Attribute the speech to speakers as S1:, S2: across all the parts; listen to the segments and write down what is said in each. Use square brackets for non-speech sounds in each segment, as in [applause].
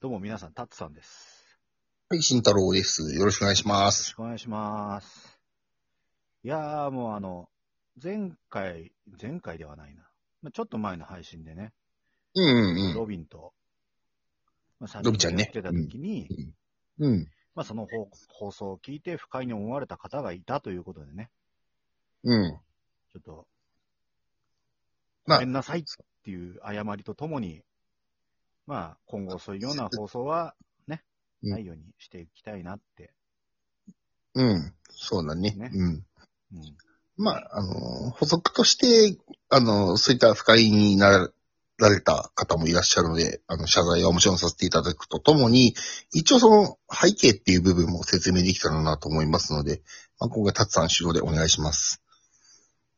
S1: どうも皆さん、タッツさんです。
S2: はい、慎太郎です。よろしくお願いしま
S1: よろ
S2: す
S1: し。くお願いします。いやー、もうあの、前回、前回ではないな。まあ、ちょっと前の配信でね、
S2: うんうん
S1: ロビンと、まあ、
S2: ロビンちゃんね
S1: 写真を撮ってた時に、
S2: うん。うん。
S1: まあ、その放放送を聞いて不快に思われた方がいたということでね、
S2: うん。
S1: ちょっと、
S2: まあ
S1: ごめんなさいっていう誤りとともに、まあ、今後そういうような放送はね、
S2: うん
S1: ないようにしていきたいなって。
S2: うん。そうだね。
S1: ね
S2: うん。
S1: うん
S2: まあ、あの、補足として、あの、そういった不快になられた方もいらっしゃるので、あの、謝罪はもちろんさせていただくとともに、一応その背景っていう部分も説明できたらなと思いますので、まあ、今回、たつさん主導でお願いします。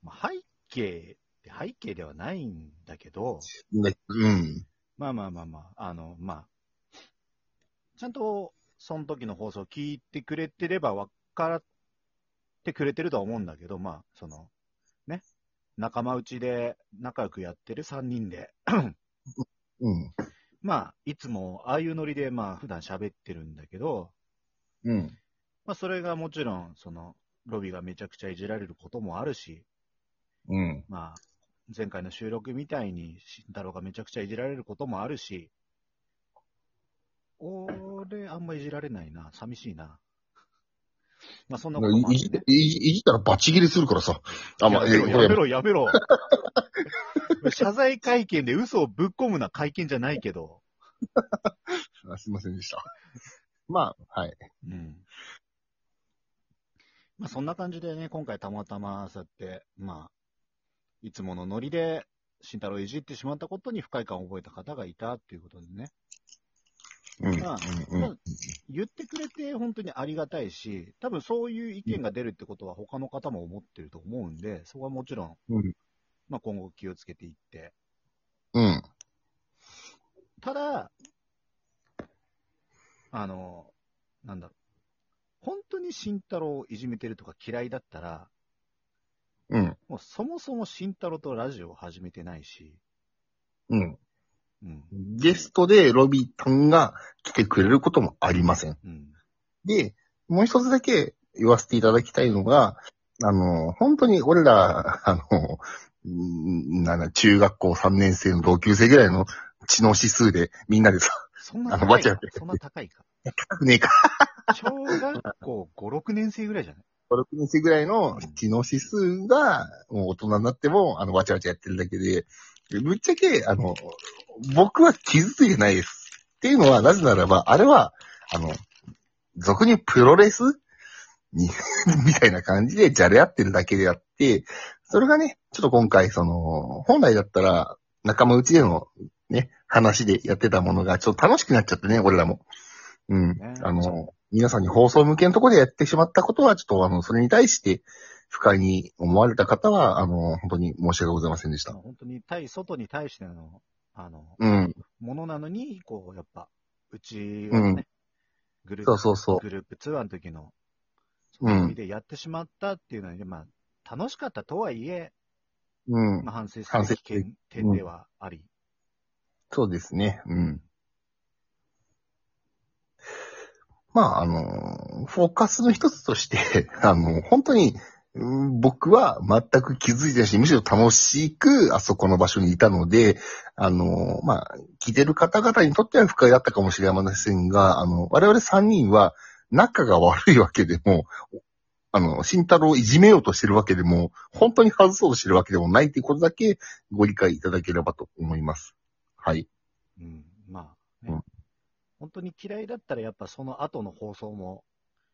S1: まあ、背景って背景ではないんだけど、
S2: うん。
S1: まあまあまあまあ、あの、まあ、ちゃんとその時の放送を聞いてくれてれば分かってくれてるとは思うんだけど、まあ、その、ね、仲間内で仲良くやってる3人で、
S2: うん。
S1: まあ、いつもああいうノリで、まあ、普段喋ってるんだけど、
S2: うん。
S1: まあ、それがもちろん、その、ロビがめちゃくちゃいじられることもあるし、
S2: うん。
S1: まあ、前回の収録みたいに慎太郎がめちゃくちゃいじられることもあるし、俺、あんまいじられないな。寂しいな。まあ、そんなこともあ
S2: い
S1: って
S2: じ
S1: ね、
S2: いじいじったらバチ切れするからさ。あ、まあ、え
S1: やめろ、やめ
S2: こ
S1: ろ、やめろ。 [laughs] 謝罪会見で嘘をぶっ込むな会見じゃないけど。
S2: れあすいませんでした。 [laughs] まあ、はい。
S1: うん。まあ、そんな感じでね、今回たまたま、そうやって、まあ、いつものノリで、慎太郎をいじってしまったことに不快感を覚えた方がいたっていうことでね。
S2: うん。
S1: まあ
S2: うん。うん
S1: 言ってくれて本当にありがたいし、多分そういう意見が出るってことは他の方も思ってると思うんで、そこはもちろん、
S2: うん
S1: まあ、今後気をつけていって。
S2: うん。
S1: ただ、あの、なんだろう。本当に慎太郎をいじめてるとか嫌いだったら、
S2: うん。
S1: もうそもそも慎太郎とラジオを始めてないし、
S2: うん。
S1: うん、
S2: ゲストでロビーさんが来てくれることもありません。
S1: うん、
S2: で、もう一つだけ言わせていただきたいのが、あの、本当に俺ら、 [laughs] あの、うんなんだ、中学校3年生の同級生ぐらいの知能指数でみんなでさ、
S1: そんな
S2: あの
S1: 高い
S2: 待っ
S1: か
S2: て待っ、て
S1: そんな高いか。
S2: 高くねえか。
S1: 小学校5、6年生ぐらいじゃない
S2: 5、6年生ぐらいの知能指数が、もう大人になっても、あの、わちゃわちゃやってるだけで、ぶっちゃけ、あの、僕は傷ついてないです。っていうのは、なぜならば、あれは、あの、俗にプロレスに [laughs] みたいな感じでじゃれ合ってるだけであって、それがね、ちょっと今回、その、本来だったら、仲間内でのね、話でやってたものが、ちょっと楽しくなっちゃってね、俺らも。うん
S1: ね。
S2: あの、皆さんに放送向けのところでやってしまったことは、ちょっとあの、それに対して、不快に思われた方は、あの、本当に申し訳ございませんでし
S1: まあ
S2: た。
S1: 本当に対外に対しての、あの、
S2: うん。
S1: ものなのに、こう、やっぱ、うちはね、グループ
S2: そうそうそう
S1: グループツアーの時の、
S2: うん
S1: そのでやってしまったっていうのは、まあ、楽しかったとはいえ、
S2: うん
S1: ま。あ、反省す
S2: 反
S1: べ
S2: 省
S1: き点点ではあり、
S2: そうですね。うん。まあ、あの、フォーカスの一つとして、 [laughs] あの、本当に、うん僕は全く気づいてないし、むしろ楽しくあそこの場所にいたので、あの、まあ、聞いてる方々にとっては不快だったかもしれませんが、あの、我々3人は仲が悪いわけでも、あの、慎太郎をいじめようとしてるわけでも、本当に外そうとしてるわけでもないということだけご理解いただければと思います。はい。
S1: うん、まあ、ね
S2: うん
S1: 本当に嫌いだったら、やっぱその後の放送も、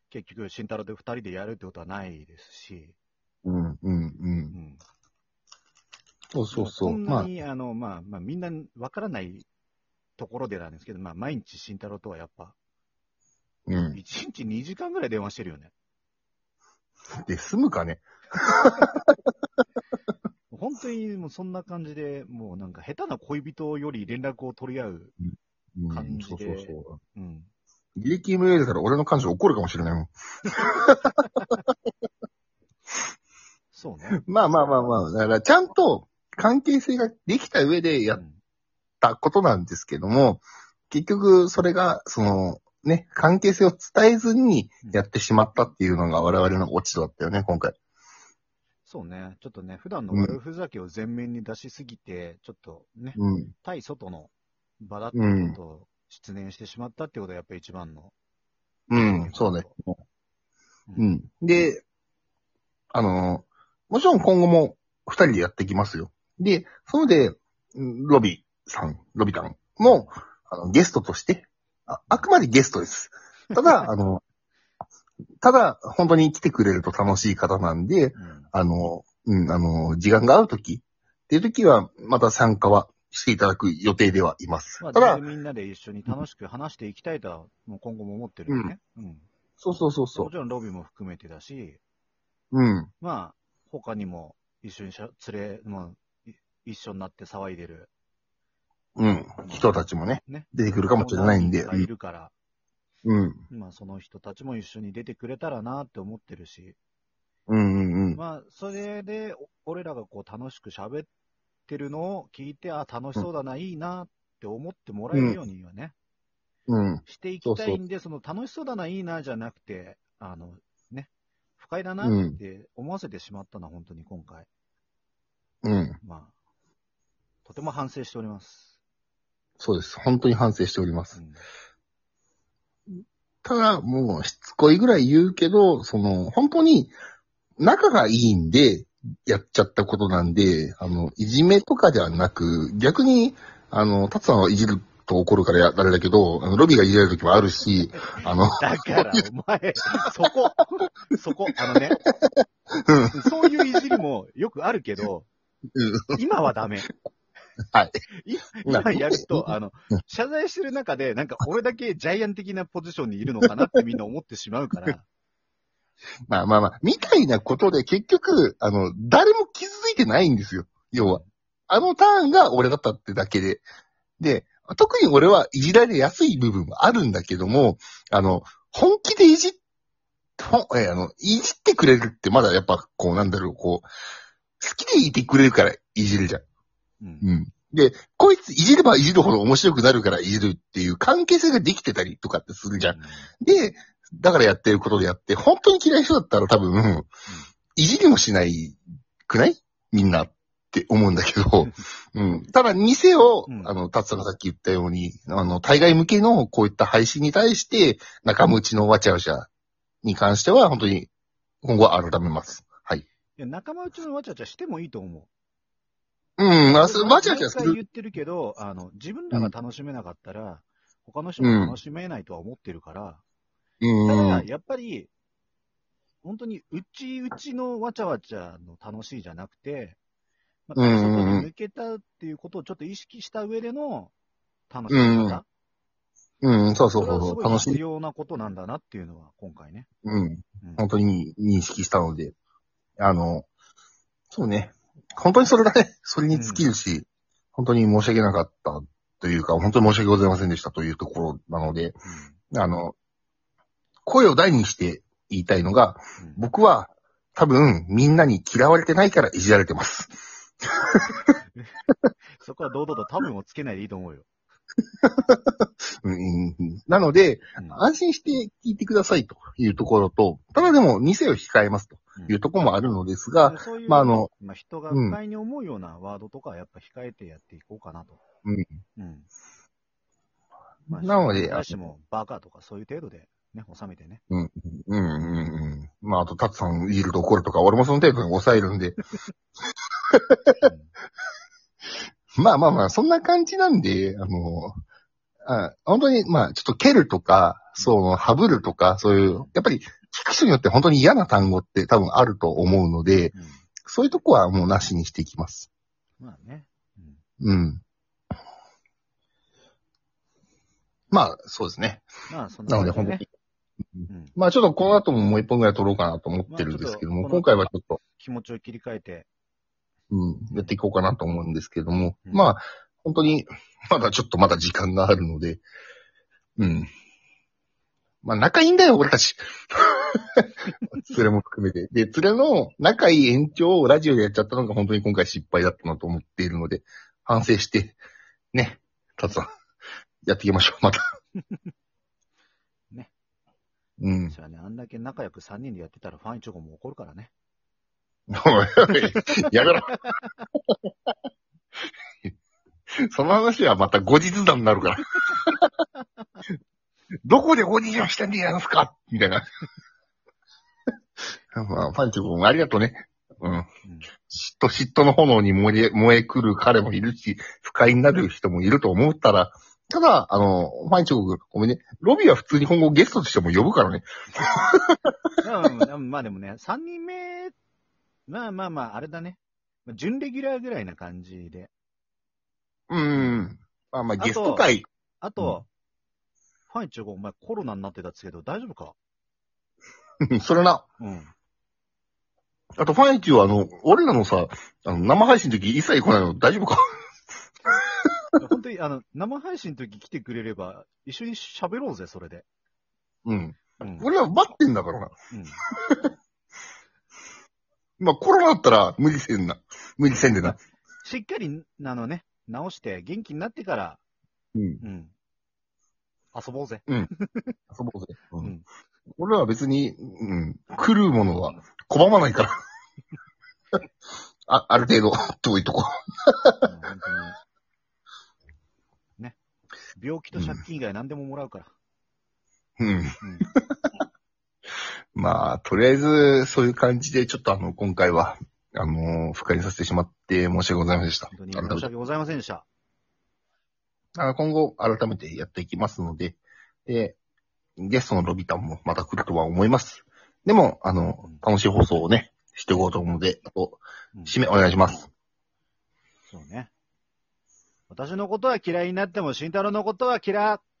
S1: 結局、慎太郎で2人でやるってことはないですし、
S2: うん、うん、う。
S1: うんん、
S2: そうそうそ
S1: こ
S2: う。
S1: んな
S2: まあ、
S1: に、あの、まあ、まあ、みんなわからないところでなんですけど、まあ、毎日慎太郎とはやっぱ、
S2: うん。
S1: 1日2時間ぐらい電話してるよね。
S2: で、済むかね。
S1: 本当にもうそんな感じで、もうなんか下手な恋人より連絡を取り合う。
S2: うん、
S1: 感じ
S2: そう
S1: で
S2: そうそう。
S1: うん。
S2: 履歴 m 入れたら俺の感情怒るかもしれないもん。
S1: そう
S2: [laughs]
S1: ね。
S2: まあまあまあまあ、だからちゃんと関係性ができた上でや
S1: う
S2: っ
S1: ん
S2: たことなんですけども、結局、それが、その、ね、関係性を伝えずにやってしまったっていうのが我々の落ち度だったよね、今回。
S1: そうね、ちょっとね、普段の悪ふざけを前面に出しすぎて、ちょっとね、
S2: うん。
S1: 対外の場だっていうことを失念してしまったってことがやっぱり一番の。
S2: うん、そうね。う
S1: うん。
S2: ん。で、あの、もちろん今後も二人でやっていきますよ。で、そので、うんロビさん、ロビタンのあのゲストとしてあ、あくまでゲストです。た [laughs] だ、あの、ただ、本当に来てくれると楽しい方なんで、
S1: うん
S2: あの、うん、あの、時間が合うとき、っていうときは、また参加はしていただく予定ではいます。
S1: まあ、
S2: ただ、
S1: みんなで一緒に楽しく話していきたいとは、もう今後も思ってるよね。うん。
S2: そうそうそうそ
S1: もちろんロビーも含めてだし、
S2: う。うん。
S1: まあ、他にも一緒にしゃ連れ、まあ、い一緒になって騒いでる、
S2: うん。人たちもね、
S1: ね。
S2: 出てくるかもしれないんで。
S1: がいるから、
S2: うん。
S1: まあ、その人たちも一緒に出てくれたらなって思ってるし、
S2: うんうんうん。
S1: まあ、それで、お俺らがこう楽しく喋ってるのを聞いて、あ、楽しそうだな、いいなって思ってもらえるようにはね、
S2: うん。
S1: していきたいんで、その楽しそうだな、いいなじゃなくて、あの、ね、不快だなって思わせてしまったのは本当に今回、
S2: うん。
S1: まあ、とても反省しております。
S2: そうです。本当に反省しておりま
S1: う
S2: す。
S1: ん、
S2: ただ、もうしつこいぐらい言うけど、その、本当に仲がいいんで、やっちゃったことなんで、あの、いじめとかではなく、逆に、あの、タツさんはいじると怒るからやあれだけど、あのロビーがいじられる時もあるし、あの、
S1: だから、お
S2: [laughs]
S1: 前、そこ、そこ、あのね、
S2: うん
S1: そういういじりもよくあるけど、
S2: うん
S1: 今はダメ。
S2: はい。
S1: 今
S2: な
S1: 今やると、あの、謝罪してる中で、なんか俺だけジャイアン的なポジションにいるのかなってみんな思ってしまうから、
S2: まあまあまあ、みたいなことで結局、あの、誰も気づいてないんですよ。要は。あのターンが俺だったってだけで。で、特に俺はいじられやすい部分はあるんだけども、あの、本気でいじっ、ほんえーあの、いじってくれるってまだやっぱ、こうなんだろう、こう、好きでいてくれるからいじるじゃん。
S1: うん
S2: うん。で、こいついじればいじるほど面白くなるからいじるっていう関係性ができてたりとかってするじゃん。で、だからやってることでやって、本当に嫌いな人だったら多分、いじりもしないくないみんなって思うんだけど、うん。ただ、店を、
S1: うん
S2: あの、タツさんがさっき言ったように、あの、対外向けのこういった配信に対して、仲間内のわちゃわちゃに関しては、本当に、今後は改めます。はい。
S1: いや仲間内のわちゃわちゃしてもいいと思う。
S2: うん、まあ、そうわちゃわちゃす
S1: 毎回
S2: る。
S1: 言ってるけど、あの、自分らが楽しめなかったら、他の人も楽しめないとは思ってるから、
S2: う
S1: ただ、
S2: ん。
S1: やっぱり、本当に、うちうちのわちゃわちゃの楽しいじゃなくて、まあ、
S2: うん
S1: 外
S2: うんうん
S1: に抜けたっていうことをちょっと意識した上での楽しみ方。
S2: うんうんうん、そう
S1: そう
S2: そ
S1: れ
S2: そう
S1: は
S2: そ
S1: す
S2: う。
S1: ごい
S2: 楽し
S1: 必
S2: い。
S1: 要なことなんだなっていうのは、今回ね。
S2: うん。
S1: うん
S2: 本当に認識したので、あの、そうね、本当にそれだね、 [laughs] それに尽きるし、本当に申し訳なかったというか、本当に申し訳ございませんでしたというところなので、あの、声を大にして言いたいのが、
S1: うんうん
S2: 僕は多分みんなに嫌われてないからいじられてます。
S1: そこは堂々と多分をつけないでいいと思うよ。
S2: うんうんうんなので、
S1: うん
S2: 安心して聞いてくださいというところと、ただでも店を控えますというところもあるのですが、
S1: そういう、
S2: まああの
S1: まあ人が不快に思うようなワードとかはやっぱ控えてやっていこうかなと。
S2: うん。
S1: うん。
S2: なので
S1: 私もバカとかそういう程度でね、収めて
S2: [laughs]
S1: ね。
S2: うんうんうん。まあ、あと、タツさんいると怒るとか、俺もその程度に抑えるんで。 [laughs] まあまあまあ、そんな感じなんで、あの、あ本当に、まあ、ちょっと蹴るとか、その、ハブるとか、そういう、やっぱり、聞く人によって本当に嫌な単語って多分あると思うので、
S1: うん。うん
S2: そういうとこはもうなしにしていきます。
S1: まあね。うん
S2: うん。まあ、そうですね。
S1: まあそん
S2: な
S1: な
S2: ので、
S1: 感じでね
S2: 本当に。
S1: うん
S2: まあ、ちょっとこの後ももう一本ぐらい撮ろうかなと思ってるんですけども、
S1: まあちょっ
S2: 今
S1: と
S2: 回はちょっと、
S1: 気持ちを切り替えて。
S2: うん、やっていこうかなと思うんですけども、
S1: うん
S2: まあ、本当に、まだちょっとまだ時間があるので、うん。まあ、仲いいんだよ、俺たち。 [laughs] 連れも含めて。で、連れの仲いい延長をラジオでやっちゃったのが本当に今回失敗だったなと思っているので、反省して、ね、たつさん、やっていきましょう、また。
S1: [laughs] ね。
S2: うん。
S1: そりゃね、あんだけ仲良く3人でやってたらファンチョコも怒るから
S2: [laughs]
S1: ね。
S2: おいおい [laughs] やめろ。その話はまた後日談になるから。どこで後日談してんでやんすかみたいな。まあ、パンチ君ありがとうね。うん。
S1: うん。
S2: 嫉妬、嫉妬の炎に燃え、燃えくる彼もいるし、不快になる人もいると思ったら、ただ、あの、ファンチョ君、ごめんね。ロビーは普通に今後ゲストとしても呼ぶからね。
S1: うんうんまあでもね、3人目、まあまあまあ、あれだね。まあ準レギュラーぐらいな感じで。
S2: うん。まあまあ、
S1: あと
S2: ゲスト会。
S1: あと、ファンチョコ、お前コロナになってたっつうけど、大丈夫か
S2: うんそれな。
S1: うん。
S2: あと、ファンイチは、あの、俺らのさ、あの、生配信の時一切来ないの大丈夫 [laughs] か
S1: 本当に、あの、生配信の時来てくれれば、一緒に喋ろうぜ、それで。
S2: うん。
S1: うん。
S2: 俺ら待ってんだからな。
S1: うん
S2: まあ、コロナだったら無理せんな。無理せんでな。
S1: しっかり、あのね、直して、元気になってから、
S2: うん。
S1: うん。遊ぼうぜ。
S2: 遊ぼうぜ。う
S1: うん
S2: ん。俺らは別に、うん、来るものは拒まないから。 [laughs] あ、ある程度、遠いとこ。
S1: うん本当に。ね。病気と借金以外何でももらうから。
S2: うん。
S1: うん。
S2: まあ、とりあえず、そういう感じで、ちょっとあの、今回は、あの不快にさせてしまって申し訳ございませんでした。
S1: 本当に申し訳ございませんでした。
S2: あ今後、改めてやっていきますので、で、ゲストのロビタンもまた来るとは思います。でも、あの、楽しい放送をね、していこうと思うので、あと、
S1: うん
S2: 締めお願いします。
S1: そうね。私のことは嫌いになっても、慎太郎のことは嫌